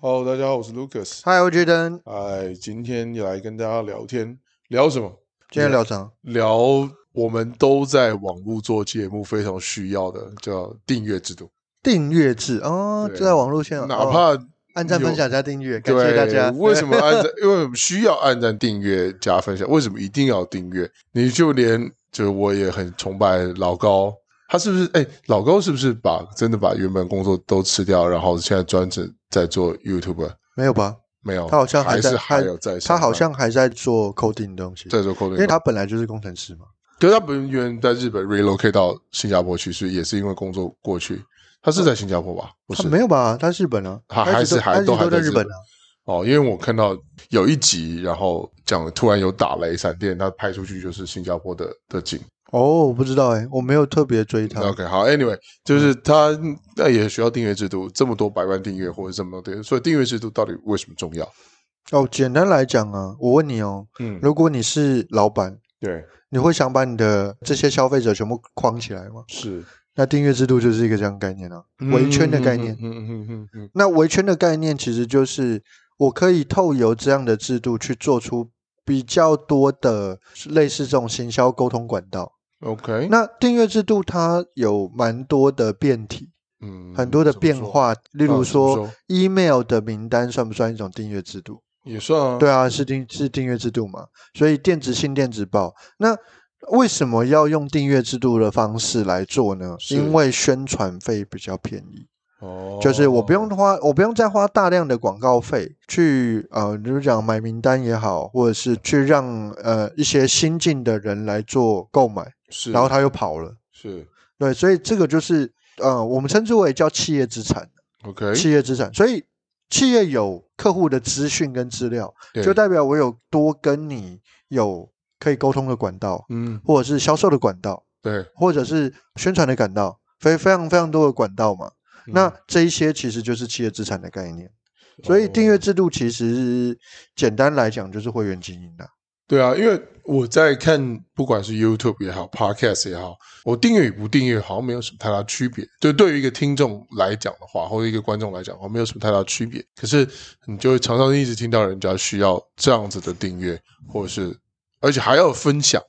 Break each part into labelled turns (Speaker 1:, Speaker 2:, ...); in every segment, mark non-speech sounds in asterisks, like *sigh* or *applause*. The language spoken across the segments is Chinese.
Speaker 1: 好，我是 Lucas。
Speaker 2: 嗨，我觉得
Speaker 1: 哎，今天来跟大家聊天，聊什么？
Speaker 2: 今天聊啥？
Speaker 1: 聊我们都在网络做节目非常需要的叫订阅制度，
Speaker 2: 订阅制哦，
Speaker 1: 对
Speaker 2: 就在网络线，
Speaker 1: 哪
Speaker 2: 哦
Speaker 1: 怕、
Speaker 2: 按赞、
Speaker 1: 有
Speaker 2: 分享加订阅，感
Speaker 1: 对
Speaker 2: 谢大家。
Speaker 1: 为什么按赞？因为我们需要按赞、订阅、加分享？为什么一定要订阅？你就连就我也很崇拜老高，他是不是？哎，老高是不是把真的把原本工作都辞掉，然后现在专职在做 YouTube？
Speaker 2: 没有吧？
Speaker 1: 没有，
Speaker 2: 他好像还
Speaker 1: 还是
Speaker 2: 在
Speaker 1: 还有在上班，
Speaker 2: 他好像还在做 coding 的东西，
Speaker 1: 在做 coding，
Speaker 2: 因为他本来就是工程师嘛。
Speaker 1: 可是他本源在日本 relocate 到新加坡去，是也是因为工作过去。他是在新加坡吧？不
Speaker 2: 他
Speaker 1: 是，
Speaker 2: 没有吧？他日本啊，
Speaker 1: 他还
Speaker 2: 一直
Speaker 1: 是还都
Speaker 2: 都他
Speaker 1: 还
Speaker 2: 一直都
Speaker 1: 在
Speaker 2: 在
Speaker 1: 日
Speaker 2: 日
Speaker 1: 本
Speaker 2: 本啊。
Speaker 1: 哦，因为我看到有一集，然后讲突然有打雷闪电，他拍出去就是新加坡的的景。
Speaker 2: 哦，我不知道哎，我没有特别追他。
Speaker 1: OK，好，Anyway，就是他那也需要订阅制度，这么多百万订阅或者这么多订阅，所以订阅制度到底为什么重要？
Speaker 2: 哦，简单来讲啊，我问你哦，
Speaker 1: 嗯，
Speaker 2: 如果你是老板，
Speaker 1: 对，
Speaker 2: 你会想把你的这些消费者全部框起来吗？
Speaker 1: 是
Speaker 2: 那订阅制度就是一个这样的概念啊，围圈的概念。
Speaker 1: 嗯嗯嗯嗯嗯
Speaker 2: 那维圈的概念其实就是我可以透由这样的制度去做出比较多的类似这种行销沟通管道。
Speaker 1: 嗯，OK，
Speaker 2: 那订阅制度它有蛮多的变体，
Speaker 1: 嗯
Speaker 2: 很多的变，化，例
Speaker 1: 啊
Speaker 2: 如
Speaker 1: 怎么
Speaker 2: 说
Speaker 1: 说
Speaker 2: email 的名单算不算一种订阅制度？
Speaker 1: 怎么说也算啊，
Speaker 2: 对啊，是订是订阅制度嘛，所以电子信、电子报。那为什么要用订阅制度的方式来做呢？
Speaker 1: 是
Speaker 2: 因为宣传费比较便宜。
Speaker 1: 哦，
Speaker 2: 就是我不用花，我不用再花大量的广告费去呃，就是讲买名单也好，或者是去让呃一些新进的人来做购买，
Speaker 1: 是，
Speaker 2: 然后他又跑了。
Speaker 1: 是
Speaker 2: 对，所以这个就是呃，我们称之为叫企业资产，
Speaker 1: OK，
Speaker 2: 企业资产。所以企业有客户的资讯跟资料，
Speaker 1: 对
Speaker 2: 就代表我有多跟你有可以沟通的管道，
Speaker 1: 嗯，
Speaker 2: 或者是销售的管道，
Speaker 1: 对，嗯
Speaker 2: 或者是宣传的管道，非非常非常多的管道嘛。
Speaker 1: 嗯
Speaker 2: 那
Speaker 1: 哦
Speaker 2: 这一些其实就是企业资产的概念，所以订阅
Speaker 1: 哦
Speaker 2: 制度其实简单来讲就是会员经营的、
Speaker 1: 对啊，因为我在看，不管是 YouTube 也好，Podcast 也好，我订阅与不订阅好像没有什么太大区别。就对于一个听众来讲的话，或者一个观众来讲，好像没有什么太大区别。可是你就会常常一直听到人家需要这样子的订阅，或者是而且还要分享。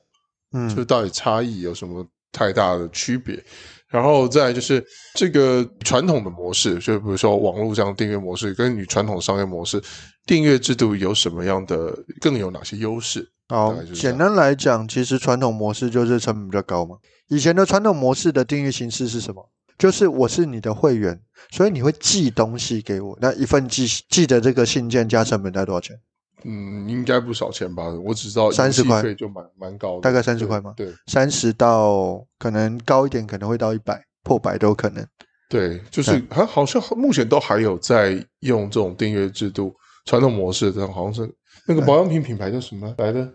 Speaker 1: 就是
Speaker 2: 嗯，
Speaker 1: 到底差异有什么太大的区别？然后再来就是这个传统的模式，就比如说网络上订阅模式，跟你传统商业模式订阅制度有什么样的，更有哪些优势？
Speaker 2: 好
Speaker 1: 大概，就是这样
Speaker 2: 简单来讲，其实传统模式就是成本比较高嘛。以前的传统模式的订阅形式是什么？就是我是你的会员，所以你会寄东西给我，那一份寄寄的这个信件加成本大概多少钱？
Speaker 1: 嗯，应该不少钱吧？我只知道
Speaker 2: 30
Speaker 1: 游戏
Speaker 2: 块
Speaker 1: 费就蛮蛮高的，
Speaker 2: 大概30
Speaker 1: 对
Speaker 2: 块吗
Speaker 1: 对
Speaker 2: 三十到可能高一点，可能会到一百，破百都有可能。
Speaker 1: 对，就是还好像目前都还有在用这种订阅制度传统模式，但好像是那个保养品品牌叫什么来着？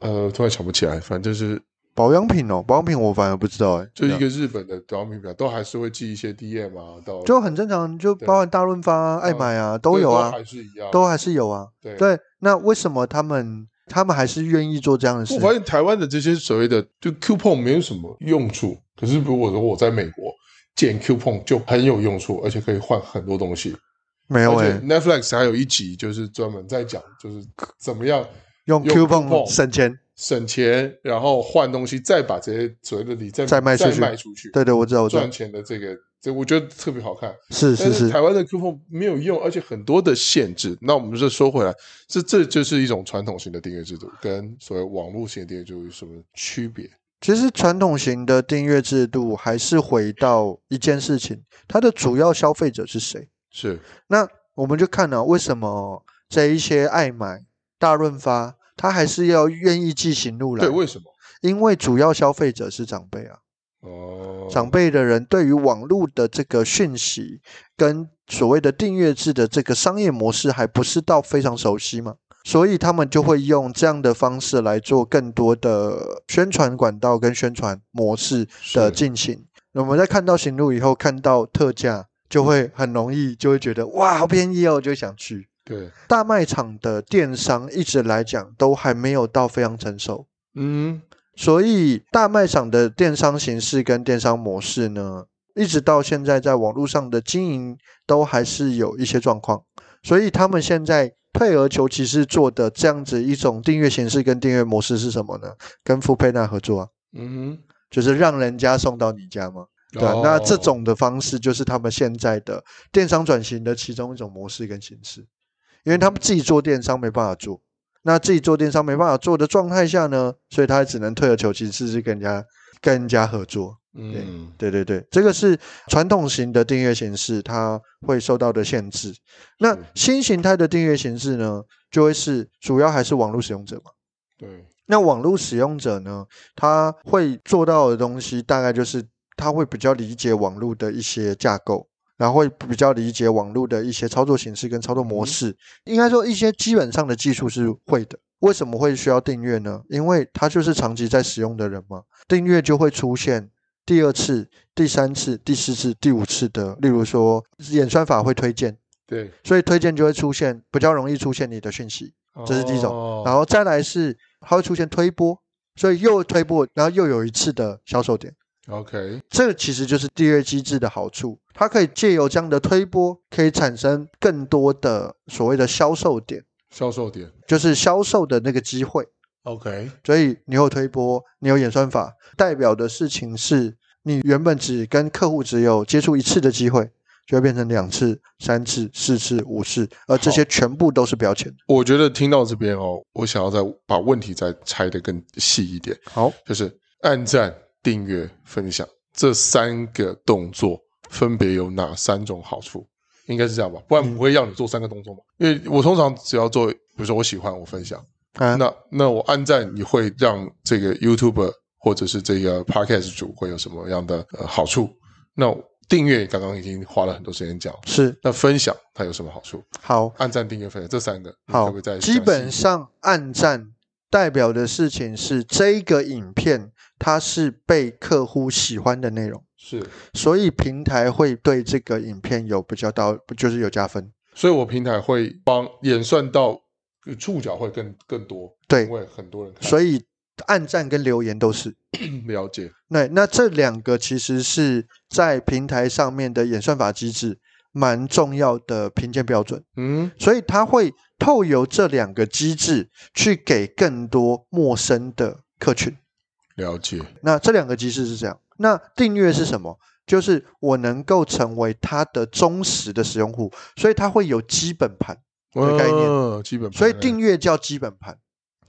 Speaker 1: 呃，突然想不起来，反正就是
Speaker 2: 保养品哦，保养品我反而不知道哎、
Speaker 1: 就是一个日本的短品牌，都还是会寄一些 DM 啊，到
Speaker 2: 就很正常，就包含大润发、啊、爱买啊，都有啊
Speaker 1: 哦对，还是一样，
Speaker 2: 都还是有啊。
Speaker 1: 对。
Speaker 2: 对，那为什么他们他们还是愿意做这样的事
Speaker 1: 我？发现台湾的这些所谓的就 coupon 没有什么用处，可是如果说我在美国建 coupon 就很有用处，而且可以换很多东西。
Speaker 2: 没有
Speaker 1: 而
Speaker 2: 哎、
Speaker 1: 且 Netflix 还有一集就是专门在讲就是怎么样
Speaker 2: 用
Speaker 1: 用
Speaker 2: coupon
Speaker 1: coupon
Speaker 2: 省钱。
Speaker 1: 省钱，然后换东西，再把这些所谓的礼再
Speaker 2: 再卖出
Speaker 1: 再
Speaker 2: 去
Speaker 1: 卖出去，
Speaker 2: 对对，我知道，我知道
Speaker 1: 赚，钱的这个，这我觉得特别好看。
Speaker 2: 是
Speaker 1: 但是
Speaker 2: 是是，
Speaker 1: 台湾的 coupon 没有用，而且很多的限制。那我们就说回来，这这就是一种传统型的订阅制度，跟所谓网络型的订阅制度有什么区别？
Speaker 2: 其实传统型的订阅制度还是回到一件事情，它的主要消费者是谁？
Speaker 1: 是
Speaker 2: 那我们就看了、为什么这一些爱买、大润发，他还是要愿意寄行路来
Speaker 1: 对，，为什么？
Speaker 2: 因为主要消费者是长辈啊。
Speaker 1: 哦，
Speaker 2: 长辈的人对于网络的这个讯息跟所谓的订阅制的这个商业模式还不是到非常熟悉嘛，所以他们就会用这样的方式来做更多的宣传管道跟宣传模式
Speaker 1: 是
Speaker 2: 的进行。那我们在看到行路以后，看到特价，就会很容易就会觉得哇，好便宜哦，就会想去。
Speaker 1: 对，
Speaker 2: 大卖场的电商一直来讲都还没有到非常成熟，
Speaker 1: 嗯，
Speaker 2: 所以大卖场的电商形式跟电商模式呢，一直到现在在网络上的经营都还是有一些状况，所以他们现在退而求其次做的这样子一种订阅形式跟订阅模式是什么呢？跟富佩纳合作啊，
Speaker 1: 嗯
Speaker 2: 就是让人家送到你家嘛。
Speaker 1: 哼，
Speaker 2: 对啊、
Speaker 1: 哦
Speaker 2: 那这种的方式就是他们现在的电商转型的其中一种模式跟形式，因为他们自己做电商没办法做，那自己做电商没办法做的状态下呢，所以他只能退而求其次去跟人家跟人家合作。
Speaker 1: 嗯
Speaker 2: 对对对，这个是传统型的订阅形式，它会受到的限制。那
Speaker 1: 是
Speaker 2: 新形态的订阅形式呢，就会是主要还是网络使用者嘛。
Speaker 1: 对，
Speaker 2: 那网络使用者呢，他会做到的东西，大概就是他会比较理解网络的一些架构，然后会比较理解网络的一些操作形式跟操作模式。应该说，一些基本上的技术是会的。为什么会需要订阅呢？因为他就是长期在使用的人嘛，订阅就会出现第二次、第三次、第四次、第五次的，例如说演算法会推荐，
Speaker 1: 对，
Speaker 2: 所以推荐就会出现比较容易出现你的讯息。这是第一种
Speaker 1: 种
Speaker 2: 然后再来是它会出现推波，所以又推波，然后又有一次的销售点。
Speaker 1: OK，
Speaker 2: 这个其实就是订阅机制的好处，它可以借由这样的推波，可以产生更多的所谓的销售点，
Speaker 1: 销售点
Speaker 2: 就是销售的那个机会。
Speaker 1: OK，
Speaker 2: 所以你有推波，你有演算法，代表的事情是你原本只跟客户只有接触一次的机会，就会变成两次、三次、四次、五次，而这些全部都是不要钱的。
Speaker 1: 我觉得听到这边哦，我想要再把问题再拆得更细一点，
Speaker 2: 好，
Speaker 1: 就是按赞、订阅、分享这三个动作分别有哪三种好处？应该是这样吧，不
Speaker 2: 嗯
Speaker 1: 然不会要你做三个动作嘛。因为我通常只要做，比如说我喜欢我分享，
Speaker 2: 啊，
Speaker 1: 那那我按赞你会让这个 YouTuber 或者是这个 Podcast 主会有什么样的呃好处？那订阅刚刚已经花了很多时间讲了，
Speaker 2: 是
Speaker 1: 那分享它有什么好处？
Speaker 2: 好。
Speaker 1: 按赞、订阅、分享这三个，你可
Speaker 2: 好
Speaker 1: 不可以再，详细
Speaker 2: 基本上按赞代表的事情是这个影片它是被客户喜欢的内容，
Speaker 1: 是，
Speaker 2: 所以平台会对这个影片有比较到，就是有加分。
Speaker 1: 所以我平台会帮演算到呃触角会更更多，因
Speaker 2: 对，
Speaker 1: 为很多人看
Speaker 2: 所以按赞跟留言都是。
Speaker 1: 了解，
Speaker 2: 那那这两个其实是在平台上面的演算法机制蛮重要的评鉴标准，
Speaker 1: 嗯，
Speaker 2: 所以它会透由这两个机制去给更多陌生的客群。
Speaker 1: 了解，
Speaker 2: 那这两个机制是这样。那订阅是什么？就是我能够成为它的忠实的使用户，所以它会有基本盘，的概念
Speaker 1: 嗯，基本盘，
Speaker 2: 所以订阅叫基本盘。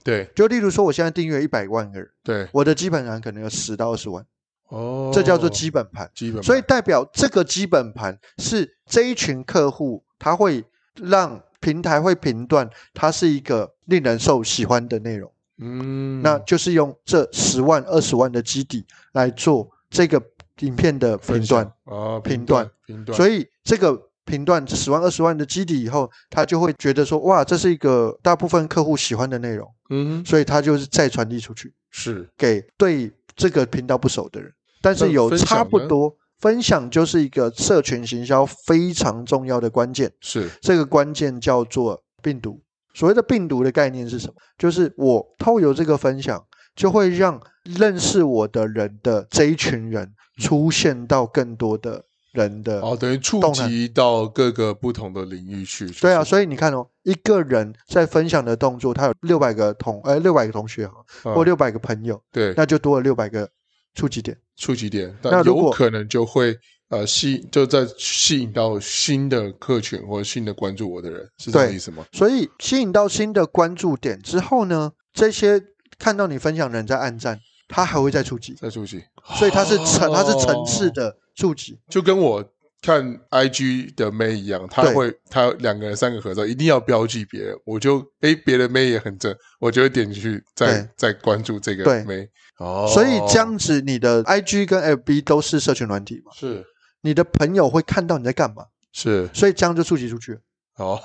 Speaker 1: 对
Speaker 2: 就例如说，我现在订阅一百万个人，
Speaker 1: 对
Speaker 2: 我的基本盘可能有十到二十万，
Speaker 1: 哦，
Speaker 2: 这叫做基本盘。
Speaker 1: 基本盘，
Speaker 2: 所以代表这个基本盘是这一群客户，他会让平台会评断它是一个令人受喜欢的内容。
Speaker 1: 嗯，
Speaker 2: 那就是用这十万、二十万的基底来做这个影片的评
Speaker 1: 分享
Speaker 2: 断，
Speaker 1: 啊，
Speaker 2: 评
Speaker 1: 评断
Speaker 2: 断
Speaker 1: 评断，
Speaker 2: 所
Speaker 1: 以
Speaker 2: 以这个评断这十万、二十万的基底以后，他就会觉得说，哇，这是一个大部分客户喜欢的内容，
Speaker 1: 嗯哼
Speaker 2: 所以他就是再传递出去
Speaker 1: 是
Speaker 2: 给对这个频道不熟的人，但是
Speaker 1: 那
Speaker 2: 有
Speaker 1: 分享
Speaker 2: 差不
Speaker 1: 呢
Speaker 2: 多。分享就是一个社群行销非常重要的关键，
Speaker 1: 是
Speaker 2: 这个关键叫做病毒。所谓的病毒的概念是什么？就是我透由这个分享，就会让认识我的人的这一群人出现到更多的人的。
Speaker 1: 哦，等于触
Speaker 2: 动了
Speaker 1: 及到各个不同的领域去，
Speaker 2: 对啊，
Speaker 1: 就是，
Speaker 2: 所以你看哦，一个人在分享的动作，他有六百个同呃六百个同学哈，
Speaker 1: 嗯
Speaker 2: 或六百个朋友，
Speaker 1: 对，
Speaker 2: 那就多了六百个触及点。
Speaker 1: 触及点，
Speaker 2: 那
Speaker 1: 但
Speaker 2: 如果
Speaker 1: 有可能就会呃吸，就在吸引到新的客群或者新的关注我的人，是这个
Speaker 2: 对
Speaker 1: 意思吗？
Speaker 2: 所以吸引到新的关注点之后呢，这些看到你分享的人在暗赞，他还会再触及，
Speaker 1: 在触及，
Speaker 2: 所以它是层，它是层次
Speaker 1: 哦，
Speaker 2: 的触及。
Speaker 1: 就跟我看 IG 的妹一样，她
Speaker 2: 对
Speaker 1: 会她两个人三个合照，一定要标记别人，我就诶别的妹也很正，我就会点进去再
Speaker 2: 对
Speaker 1: 再关注这
Speaker 2: 对
Speaker 1: 个妹，哦，
Speaker 2: 所以这样子，你的 IG 跟 FB 都是社群软体嘛，
Speaker 1: 是
Speaker 2: 你的朋友会看到你在干嘛，
Speaker 1: 是
Speaker 2: 所以这样就触及出去了。
Speaker 1: 哦，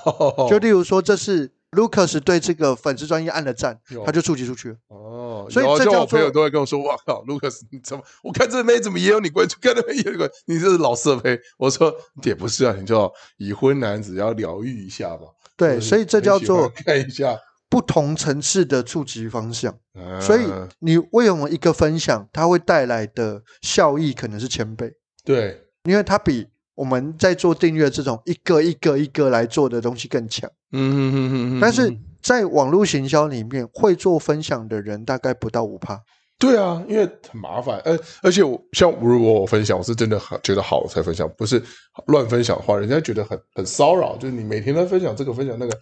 Speaker 2: 就例如说，这是 Lucas 对这个粉丝专业按了赞
Speaker 1: 有，
Speaker 2: 他就触及出去了。
Speaker 1: 哦，
Speaker 2: 所以
Speaker 1: 有啊
Speaker 2: 这
Speaker 1: 就
Speaker 2: 叫
Speaker 1: 我朋
Speaker 2: 做
Speaker 1: 友都会跟我说：“哇靠，Lucas，你怎么？我看这妹怎么也有你关注，看那妹也有你关注，你这是老色胚。”我说：“也不是啊，你知道，已婚男子要疗愈一下嘛。”
Speaker 2: 对，所以这叫做
Speaker 1: *laughs* 看一下。
Speaker 2: 不同层次的触及方向。
Speaker 1: 嗯
Speaker 2: 所以你为什么一个分享，它会带来的效益可能是千倍，
Speaker 1: 对
Speaker 2: 因为它比我们在做订阅这种一个一个一个来做的东西更强。
Speaker 1: 嗯嗯嗯嗯嗯，
Speaker 2: 但是在网络行销里面，会做分享的人大概不到五趴。
Speaker 1: 对啊，因为很麻烦，而而且我像如果我分享，我是真的很觉得好我才分享，不是乱分享的话，人家觉得很很骚扰。就是你每天都分享这个分享那个，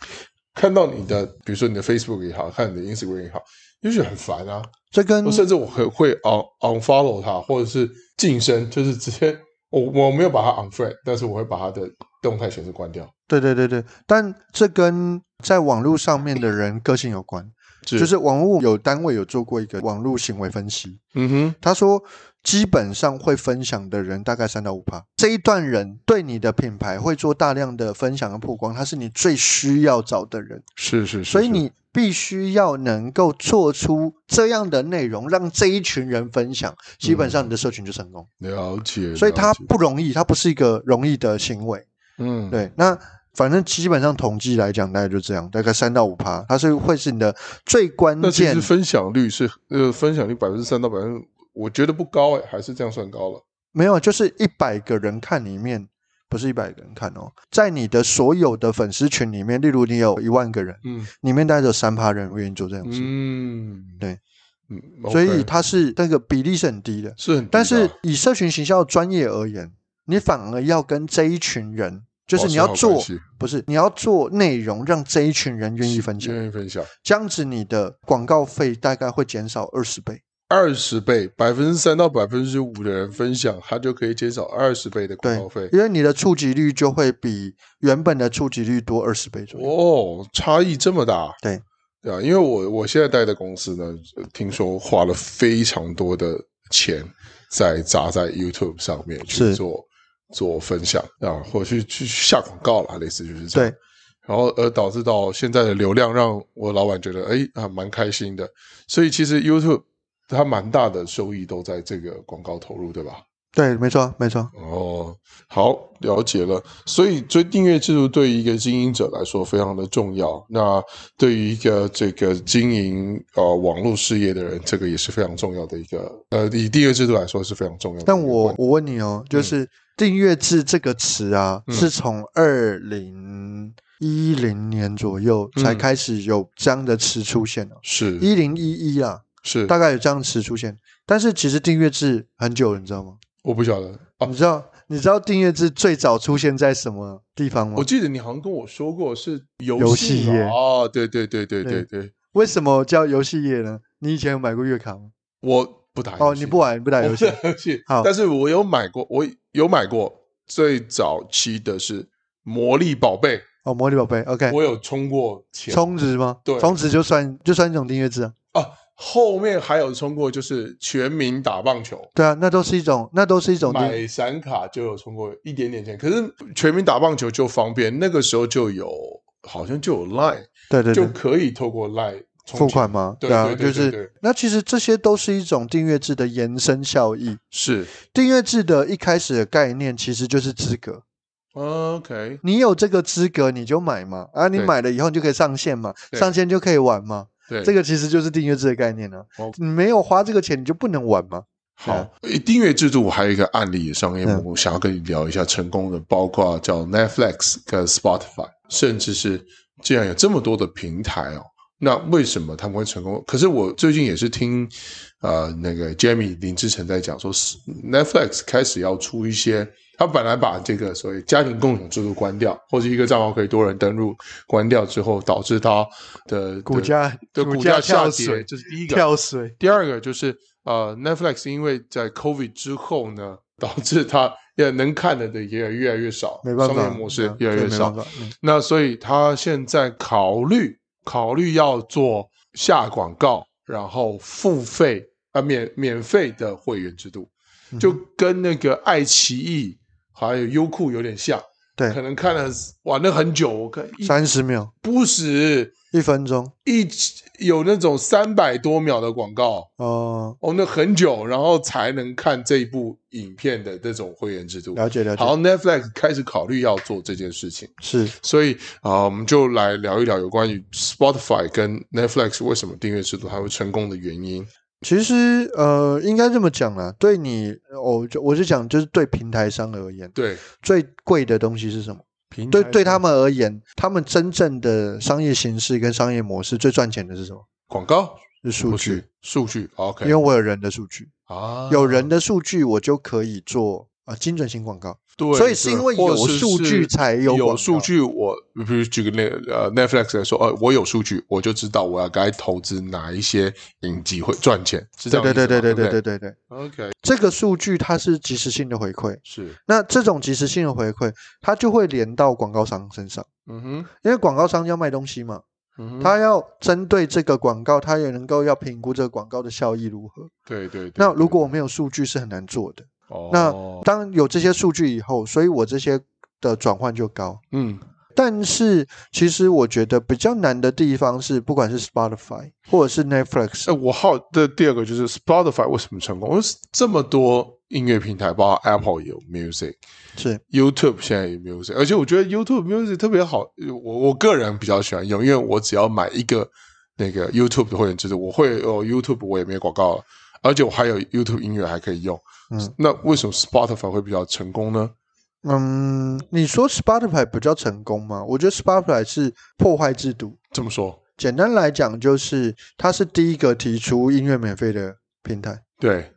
Speaker 1: 看到你的，比如说你的 Facebook 也好，看你的 Instagram 也好，就觉得很烦啊。
Speaker 2: 这跟
Speaker 1: 甚至我很会 un unfollow 他，或者是晋升，就是直接我我没有把他 unfriend，但是我会把他的动态显示关掉。
Speaker 2: 对对对对，但这跟在网络上
Speaker 1: *coughs*
Speaker 2: 面的人个性有关。就是网络有单位有做过一个网络行为分析，
Speaker 1: 嗯哼，
Speaker 2: 他说基本上会分享的人大概三到五趴，这一段人对你的品牌会做大量的分享和曝光，他是你最需要找的人，
Speaker 1: 是是是，
Speaker 2: 所以你必须要能够做出这样的内容，让这一群人分享，基本上你的社群就成功。
Speaker 1: 了解，
Speaker 2: 所以它
Speaker 1: 嗯了解
Speaker 2: 不容易，它不是一个容易的行为。
Speaker 1: 嗯
Speaker 2: 对，那反正基本上统计来讲，大概就这样，大概三到五趴，它是会是你的最关
Speaker 1: 嗯那其
Speaker 2: 键
Speaker 1: 实。分享率是呃，分享率百分之三到百分之，我觉得不高哎、还是这样算高了。
Speaker 2: 没有，就是一百个人看里面，不是一百个人看哦，在你的所有的粉丝群里面，例如你有一万个人，
Speaker 1: 嗯
Speaker 2: 里面大概只有三趴人愿意做这样事，
Speaker 1: 嗯，
Speaker 2: 对，
Speaker 1: 嗯，
Speaker 2: 所
Speaker 1: OK，
Speaker 2: 以它是那个比例是很低的。
Speaker 1: 是很低的啊，
Speaker 2: 但是以社群行销专业而言，你反而要跟这一群人，就是
Speaker 1: 保
Speaker 2: 你
Speaker 1: 持
Speaker 2: 要
Speaker 1: 好
Speaker 2: 做
Speaker 1: 关，系
Speaker 2: 不是你要做内容，让这一群人愿意分享，
Speaker 1: 愿意分享
Speaker 2: 这样子你的广告费大概会减少二十倍。
Speaker 1: 二十倍，百分之三到百分之五的人分享，他就可以减少二十倍的广
Speaker 2: 对
Speaker 1: 告费，。
Speaker 2: 因为你的触及率就会比原本的触及率多二十倍左右。
Speaker 1: 哦，差异这么大，
Speaker 2: 对
Speaker 1: 对啊，因为我我现在待的公司呢，呃听说花了非常多的钱在砸在 YouTube 上面去
Speaker 2: 是
Speaker 1: 做做分享啊，或去去下广告啦，类似就是这样。
Speaker 2: 对，
Speaker 1: 然后而导致到现在的流量，让我老板觉得哎还蛮开心的。所以其实 YouTube 它蛮大的收益都在这个广告投入，对吧？
Speaker 2: 对，没错，没错，
Speaker 1: 哦，好，了解了。所以追订阅制度对于一个经营者来说非常的重要，那对于一个这个经营呃网络事业的人，这个也是非常重要的一个呃，以订阅制度来说是非常重要的一个
Speaker 2: 但
Speaker 1: 问题。
Speaker 2: 我我问你哦，就是“订阅制”这个词啊，
Speaker 1: 嗯
Speaker 2: 是从二零一零年左右才
Speaker 1: 嗯
Speaker 2: 开始有这样的词出现的，
Speaker 1: 是
Speaker 2: 一零一一啊，
Speaker 1: 是，
Speaker 2: 大概有这样的词出现。但是其实订阅制很久了，你知道吗？
Speaker 1: 我不晓得啊，
Speaker 2: 你知道你知道订阅制最早出现在什么地方吗
Speaker 1: 我？记得你好像跟我说过是游
Speaker 2: 游
Speaker 1: 戏
Speaker 2: 戏业
Speaker 1: 嘛哦，对对对对对
Speaker 2: 对
Speaker 1: 对，
Speaker 2: 为什么叫游戏业呢？你以前有买过月卡吗？
Speaker 1: 我不打游
Speaker 2: 哦，
Speaker 1: 戏
Speaker 2: 你不玩，不打游戏
Speaker 1: 我。不打游戏
Speaker 2: 好
Speaker 1: 但是我有买过，我有买过最早期的是《魔力宝贝》。
Speaker 2: 哦，魔力宝贝，OK，
Speaker 1: 我有充过钱
Speaker 2: 充值吗？
Speaker 1: 对
Speaker 2: 充值就算就算一种订阅制啊。
Speaker 1: 啊，后面还有充过就是全民打棒球，
Speaker 2: 对啊，那都是一种，那都是一种订
Speaker 1: 买闪卡就有充过一点点钱，可是全民打棒球就方便，那个时候就有好像就有 Line
Speaker 2: 对对
Speaker 1: 就
Speaker 2: 对，
Speaker 1: 可以透过 Line 充
Speaker 2: 付
Speaker 1: 钱
Speaker 2: 款吗？
Speaker 1: 对
Speaker 2: 啊，
Speaker 1: 对对
Speaker 2: 就
Speaker 1: 对对
Speaker 2: 是那其实这些都是一种订阅制的延伸效益。
Speaker 1: 是
Speaker 2: 订阅制的一开始的概念其实就是资格，
Speaker 1: OK
Speaker 2: 你有这个资格你就买嘛，啊，你
Speaker 1: 对
Speaker 2: 买了以后你就可以上线嘛，
Speaker 1: 对
Speaker 2: 上线就可以玩嘛，
Speaker 1: 对
Speaker 2: 这个其实就是订阅制的概念了、
Speaker 1: 哦
Speaker 2: 你没有花这个钱你就不能玩嘛。
Speaker 1: 好，订阅制度我还有一个案例，商业
Speaker 2: 嗯
Speaker 1: 模我想要跟你聊一下成功的，包括叫 Netflix 跟 Spotify，甚至是既然有这么多的平台哦，那为什么他们会成功？可是我最近也是听呃那个 Jamie 林志成在讲说是，Netflix 开始要出一些，他本来把这个所谓家庭共享制度关掉，或者一个账号可以多人登录关掉之后，导致它的
Speaker 2: 股价
Speaker 1: 的
Speaker 2: 股
Speaker 1: 股价下
Speaker 2: 跳
Speaker 1: 跌，
Speaker 2: 水，
Speaker 1: 这是第一个
Speaker 2: 跳水，
Speaker 1: 第二个就是呃，Netflix 因为在 COVID 之后呢，导致它也能看的的也越来越少，
Speaker 2: 没办
Speaker 1: 商
Speaker 2: 法，
Speaker 1: 业模式
Speaker 2: 嗯
Speaker 1: 越来
Speaker 2: 对
Speaker 1: 越
Speaker 2: 没
Speaker 1: 少
Speaker 2: 办。法嗯
Speaker 1: 那所以它现在考虑考虑要做下广告，然后付费啊、免免费的会员制度，
Speaker 2: 嗯
Speaker 1: 就跟那个爱奇艺还有优酷有点像，可
Speaker 2: 对，
Speaker 1: 能看了玩了很久，我看一
Speaker 2: 三十秒，
Speaker 1: 不止
Speaker 2: 一分钟，
Speaker 1: 一有那种三百多秒的广告。
Speaker 2: 哦、
Speaker 1: 哦，那很久，然后才能看这一部影片的这种会员制度。
Speaker 2: 了解了解，
Speaker 1: 好，Netflix 开始考虑要做这件事情，
Speaker 2: 是
Speaker 1: 所以啊、我们就来聊一聊有关于 Spotify 跟 Netflix 为什么订阅制度它会成功的原因。
Speaker 2: 其实呃，应该这么讲啦，对你，我就我是讲，就是对平台商而言，
Speaker 1: 对，
Speaker 2: 最贵的东西是什么？
Speaker 1: 平
Speaker 2: 对
Speaker 1: 台
Speaker 2: 对
Speaker 1: 上
Speaker 2: 他们而言，他们真正的商业形式跟商业模式最赚钱的是什么？
Speaker 1: 广告
Speaker 2: 是数
Speaker 1: 不
Speaker 2: 据
Speaker 1: 是，数据，OK，
Speaker 2: 因为我有人的数据，
Speaker 1: 啊
Speaker 2: 有人的数据，我就可以做啊、呃精准型广告。
Speaker 1: 对，
Speaker 2: 所以是
Speaker 1: 对
Speaker 2: 因为
Speaker 1: 或
Speaker 2: 有
Speaker 1: 者是
Speaker 2: 数据才有广告
Speaker 1: 有数据。我比如举个那呃 Netflix 来说，呃，我有数据，我就知道我要该投资哪一些影集会赚钱，是这
Speaker 2: 对
Speaker 1: 样的
Speaker 2: 对对对
Speaker 1: 意思
Speaker 2: 对
Speaker 1: 吗
Speaker 2: 对
Speaker 1: 对
Speaker 2: 对对对，
Speaker 1: 不对，OK，
Speaker 2: 这个数据它是及时性的回馈，
Speaker 1: 是，
Speaker 2: 那这种及时性的回馈，它就会连到广告商身上，
Speaker 1: 嗯哼，
Speaker 2: 因为广告商要卖东西嘛，
Speaker 1: 嗯哼，
Speaker 2: 他要针对这个广告，他也能够要评估这个广告的效益如何。
Speaker 1: 对对对，
Speaker 2: 那
Speaker 1: 对
Speaker 2: 如果我没有数据是很难做的。
Speaker 1: 哦
Speaker 2: 那当有这些数据以后，所以我这些的转换就高。
Speaker 1: 嗯
Speaker 2: 但是其实我觉得比较难的地方是，不管是 Spotify 或者是 Netflix，、
Speaker 1: 哎，我好的第二个就是 Spotify 为什么成功？因为这么多音乐平台，包括 Apple 也有 Music。
Speaker 2: 是
Speaker 1: YouTube 现在也 Music，而且我觉得 YouTube Music 特别好，呃我我个人比较喜欢用，因为我只要买一个那个 YouTube 的会员制度，我会哦 YouTube 我也没有广告了，而且我还有 YouTube 音乐还可以用。
Speaker 2: 嗯
Speaker 1: 那为什么 Spotify 会比较成功呢？
Speaker 2: 嗯，你说 Spotify 比较成功吗？我觉得 Spotify 是破坏制度。
Speaker 1: 这么说，
Speaker 2: 简单来讲，就是它是第一个提出音乐免费的平台，
Speaker 1: 对，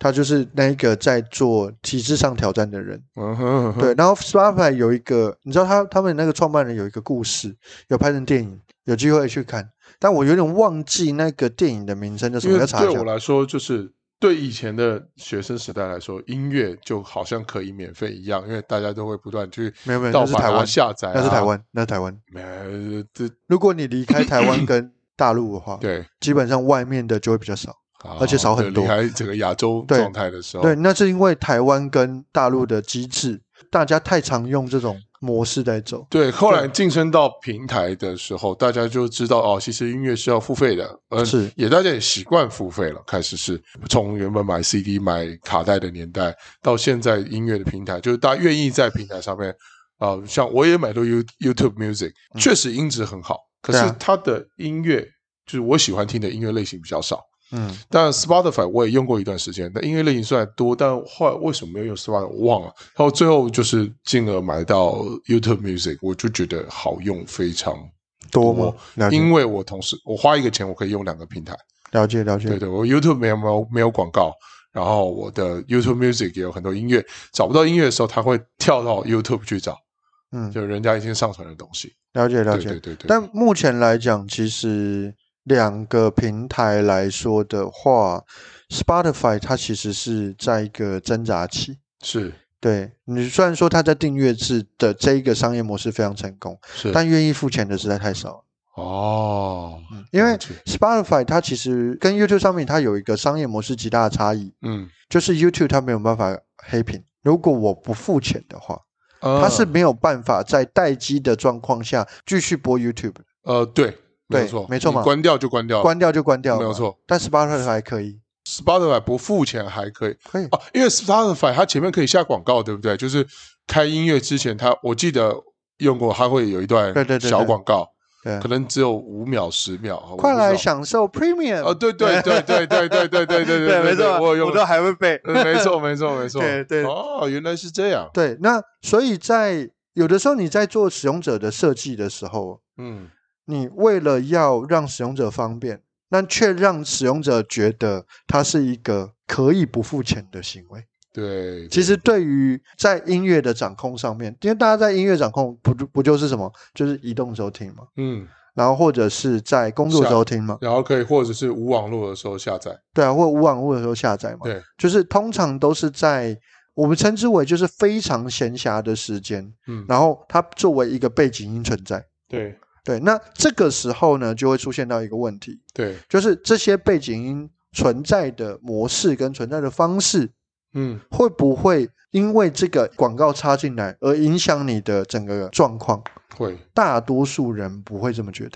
Speaker 2: 它就是那一个在做体制上挑战的人。
Speaker 1: 嗯哼，嗯哼
Speaker 2: 对，然后 Spotify 有一个，你知道他他们那个创办人有一个故事，有拍成电影，有机会去看，但我有点忘记那个电影的名称叫什
Speaker 1: 因
Speaker 2: 么，
Speaker 1: 为
Speaker 2: 要查一
Speaker 1: 对我
Speaker 2: 下。
Speaker 1: 来说，就是对以前的学生时代来说，音乐就好像可以免费一样，因为大家都会不断去
Speaker 2: 没有没有，
Speaker 1: 盗
Speaker 2: 那是台
Speaker 1: 版啊、
Speaker 2: 湾，
Speaker 1: 下载、啊，
Speaker 2: 那是台，湾，那是台湾。
Speaker 1: 没有这
Speaker 2: 如果你离开台湾跟大陆的话，
Speaker 1: 对。啊
Speaker 2: 基本上外面的就会比较少。而且少很
Speaker 1: 对
Speaker 2: 多
Speaker 1: 离开整个亚洲
Speaker 2: 对
Speaker 1: 状态的时候，
Speaker 2: 对，那是因为台湾跟大陆的机制，大家太常用这种模式在走。
Speaker 1: 对，后来晋升到平台的时候，大家就知道哦，其实音乐是要付费的，嗯，
Speaker 2: 是
Speaker 1: 也大家也习惯付费了。开始是从原本买 CD、买卡带的年代，到现在音乐的平台，就是大家愿意在平台上面，啊、像我也买到 You YouTube Music，确实音质很好，可
Speaker 2: 嗯对
Speaker 1: 是
Speaker 2: 啊
Speaker 1: 它的音乐就是我喜欢听的音乐类型比较少。
Speaker 2: 嗯，
Speaker 1: 当然，Spotify 我也用过一段时间，但音乐类型虽然多，但后来为什么没有用 Spotify 我忘了。然后最后就是进而买到 YouTube Music，我就觉得好用非常多
Speaker 2: 多吗？了解，
Speaker 1: 因为我同时我花一个钱，我可以用两个平台。
Speaker 2: 了解，了
Speaker 1: 对
Speaker 2: 解。
Speaker 1: 对，我 YouTube 没有没有没有广告，然后我的 YouTube Music 也有很多音乐，找不到音乐的时候，它会跳到 YouTube 去找，
Speaker 2: 嗯，
Speaker 1: 就人家已经上传的东西。
Speaker 2: 了解，了
Speaker 1: 对
Speaker 2: 解。
Speaker 1: 对对对，
Speaker 2: 但目前来讲，其实两个平台来说的话，Spotify 它其实是在一个挣扎期。
Speaker 1: 是
Speaker 2: 对你虽然说它在订阅制的这一个商业模式非常成功，
Speaker 1: 是，
Speaker 2: 但愿意付钱的实在太少了。
Speaker 1: 哦，
Speaker 2: 嗯，因为
Speaker 1: 了解
Speaker 2: Spotify 它其实跟 YouTube 上面它有一个商业模式极大的差异，
Speaker 1: 嗯，
Speaker 2: 就是 YouTube 它没有办法黑屏。如果我不付钱的话，
Speaker 1: 嗯
Speaker 2: 它是没有办法在待机的状况下继续播 YouTube 的。
Speaker 1: 呃，对，
Speaker 2: 对
Speaker 1: 没错，
Speaker 2: 没错
Speaker 1: 你
Speaker 2: 嘛
Speaker 1: 关掉就关掉，
Speaker 2: 关掉就关掉了
Speaker 1: 哦
Speaker 2: 嘛，
Speaker 1: 没有错
Speaker 2: 但 Spotify 还可以，
Speaker 1: Spotify 不付钱还可以
Speaker 2: 可以，
Speaker 1: 哦、因为 Spotify 它前面可以下广告，对不对？就是开音乐之前它，我记得用过，它会有一段
Speaker 2: 对对对对
Speaker 1: 小广告，
Speaker 2: 对啊
Speaker 1: 可，能只有五秒、十秒。我不
Speaker 2: 快来
Speaker 1: 知道
Speaker 2: 享受 Premium
Speaker 1: 哦，对对对对对对对对对
Speaker 2: *laughs*
Speaker 1: 对对，
Speaker 2: 没错，
Speaker 1: 我有用过，
Speaker 2: 还会背。
Speaker 1: 嗯没错没错没错，
Speaker 2: *laughs* 对对
Speaker 1: 哦，原来是这样，
Speaker 2: 对，那所以在有的时候你在做使用者的设计的时候，
Speaker 1: 嗯，
Speaker 2: 你为了要让使用者方便，但却让使用者觉得它是一个可以不付钱的行为。
Speaker 1: 对，
Speaker 2: 其实对于在音乐的掌控上面，因为大家在音乐掌控不就不就是什么，就是移动收听嘛，
Speaker 1: 嗯，
Speaker 2: 然后或者是在工作
Speaker 1: 下
Speaker 2: 收听嘛，
Speaker 1: 然后可以或者是无网络的时候下载，
Speaker 2: 对啊，或无网络的时候下载嘛，
Speaker 1: 对，
Speaker 2: 就是通常都是在我们称之为就是非常闲暇的时间，
Speaker 1: 嗯，
Speaker 2: 然后它作为一个背景音存在。
Speaker 1: 对
Speaker 2: 对，那这个时候呢，就会出现到一个问题，
Speaker 1: 对，
Speaker 2: 就是这些背景音存在的模式跟存在的方式，
Speaker 1: 嗯，
Speaker 2: 会不会因为这个广告插进来而影响你的整个状况？
Speaker 1: 会
Speaker 2: 大多数人不会这么觉得，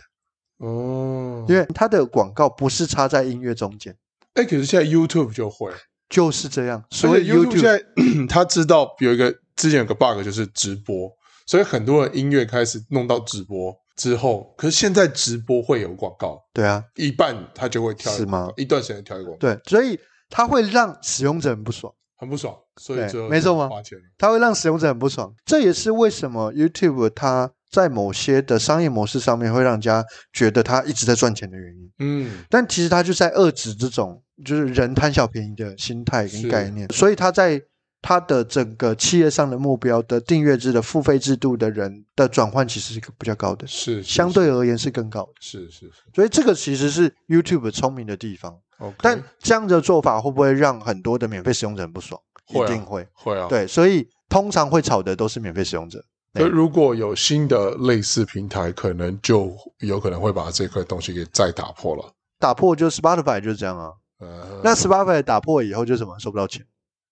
Speaker 1: 哦，
Speaker 2: 因为它的广告不是插在音乐中间，
Speaker 1: 哎，可是现在 YouTube 就会。
Speaker 2: 就是这样。所
Speaker 1: 所
Speaker 2: 以
Speaker 1: 以 YouTube 现在 *clears throat* 他知道有一个之前有个 bug 就是直播，所以很多人音乐开始弄到直播，之后，可是现在直播会有广告，
Speaker 2: 对啊，
Speaker 1: 一半它就会跳一个
Speaker 2: 是吗
Speaker 1: 广告一段时间跳一个广告，
Speaker 2: 对，所以它会让使用者很不爽，
Speaker 1: 很不爽，所
Speaker 2: 对
Speaker 1: 以就
Speaker 2: 没错吗
Speaker 1: 花钱了。
Speaker 2: 它会让使用者很不爽。这也是为什么 YouTube 它在某些的商业模式上面会让人家觉得它一直在赚钱的原因。
Speaker 1: 嗯，
Speaker 2: 但其实它就在遏制这种就是人贪小便宜的心态跟
Speaker 1: 是
Speaker 2: 概念，所以它在它的整个企业上的目标的订阅制的付费制度的人的转换，其实是比较高的，
Speaker 1: 是是
Speaker 2: 相对而言是更高的。
Speaker 1: 是是是
Speaker 2: 所以这个其实是 YouTube 聪明的地方，
Speaker 1: ，OK，
Speaker 2: 但这样的做法会不会让很多的免费使用者很不爽？
Speaker 1: 会
Speaker 2: 一
Speaker 1: 啊
Speaker 2: 定会。
Speaker 1: 会啊，。
Speaker 2: 对，所以通常会炒的都是免费使用者。
Speaker 1: 那如果有新的类似平台，可能就有可能会把这块东西给再打破了。
Speaker 2: 打破就 Spotify 就是这样啊，
Speaker 1: 呃，
Speaker 2: 那 Spotify 打破以后就什么收不到钱，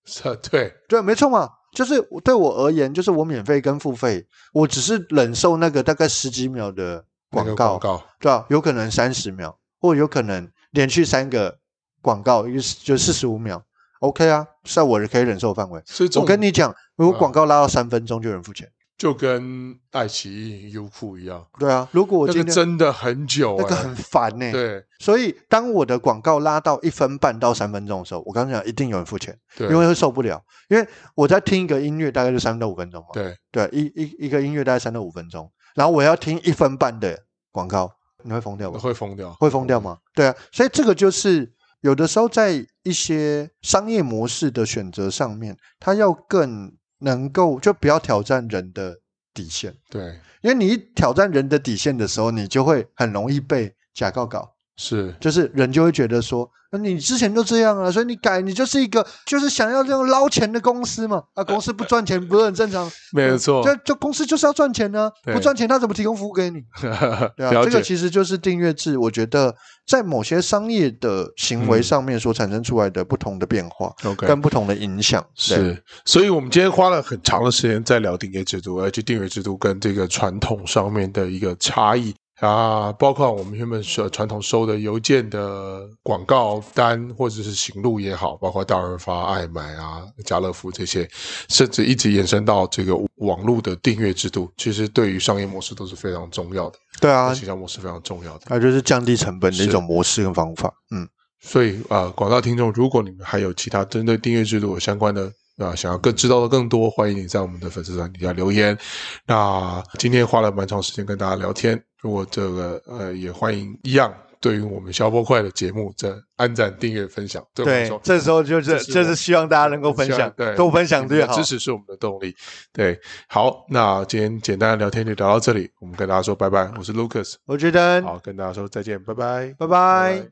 Speaker 1: 是 *laughs* 对，
Speaker 2: 对，没错嘛，就是对我而言，就是我免费跟付费，我只是忍受那个大概十几秒的
Speaker 1: 那
Speaker 2: 广
Speaker 1: 个
Speaker 2: 告，
Speaker 1: 广告
Speaker 2: 对吧、有可能三十秒，或有可能连续三个广告，一个是就四十五秒，OK 啊，在我的可以忍受范围。
Speaker 1: 所以这种
Speaker 2: 我跟你讲，如果
Speaker 1: 啊
Speaker 2: 广告拉到三分钟，就有人付钱。
Speaker 1: 就跟爱奇艺、优酷一样，
Speaker 2: 对啊，如果我
Speaker 1: 那
Speaker 2: 今
Speaker 1: 个
Speaker 2: 天、
Speaker 1: 真的很久、欸，
Speaker 2: 那个很烦呢、
Speaker 1: 对
Speaker 2: 所以当我的广告拉到一分半到三分钟的时候，我刚刚讲一定有人付钱，
Speaker 1: 对，
Speaker 2: 因为会受不了。因为我在听一个音乐大概就三到五分钟嘛，
Speaker 1: 对
Speaker 2: 对，一一一个音乐大概三到五分钟，然后我要听一分半的广告，你会疯掉吗？
Speaker 1: 会疯掉，
Speaker 2: 会疯掉吗？对啊，所以这个就是有的时候在一些商业模式的选择上面，它要更能够就不要挑战人的底线，
Speaker 1: 对，
Speaker 2: 因为你一挑战人的底线的时候，你就会很容易被假告搞。
Speaker 1: 是
Speaker 2: 就是人就会觉得说，那你之前就这样啊，所以你改，你就是一个就是想要这种捞钱的公司嘛，啊，公司不赚钱不是很正
Speaker 1: *laughs*
Speaker 2: 常？
Speaker 1: 没错，
Speaker 2: 就就公司就是要赚钱呢、
Speaker 1: 哦对
Speaker 2: 不赚钱他怎么提供服务给你？对啊，
Speaker 1: 了
Speaker 2: 这个
Speaker 1: 解，
Speaker 2: 其实就是订阅制，我觉得在某些商业的行为
Speaker 1: 嗯
Speaker 2: 上面所产生出来的不同的变化、
Speaker 1: OK，
Speaker 2: 跟不同的影响，对
Speaker 1: 是，所以我们今天花了很长的时间在聊订阅制度，而且订阅制度跟这个传统上面的一个差异啊，包括我们原本说传统收的邮件的广告单或者是行路也好，包括大润发、爱买啊、家乐福这些，甚至一直延伸到这个网络的订阅制度，其实对于商业模式都是非常重要的，
Speaker 2: 对啊
Speaker 1: 形，象模式非常重要的。
Speaker 2: 啊，就是降低成本的一
Speaker 1: 是
Speaker 2: 种模式跟方法，嗯。
Speaker 1: 所以啊、呃广大听众，如果你们还有其他针对订阅制度有相关的啊、呃想要更知道的更多，欢迎你在我们的粉丝团底下留言。那今天花了蛮长时间跟大家聊天，如果这个呃，也欢迎一样对于我们消波快的节目，这按赞、订阅、分享，对我们来
Speaker 2: 对
Speaker 1: 说，
Speaker 2: 这时候就是
Speaker 1: 这是
Speaker 2: 就
Speaker 1: 我
Speaker 2: 是希望大家能够分
Speaker 1: 希
Speaker 2: 享
Speaker 1: 望，对，
Speaker 2: 多分
Speaker 1: 你
Speaker 2: 享
Speaker 1: 们
Speaker 2: 最
Speaker 1: 的
Speaker 2: 好。
Speaker 1: 支持是我们的动力。对，好，那今天简单的聊天就聊到这里，我们跟大家说拜拜，我是 Lucas，
Speaker 2: 我觉得，
Speaker 1: 好，跟大家说再见，拜拜，
Speaker 2: 嗯拜拜。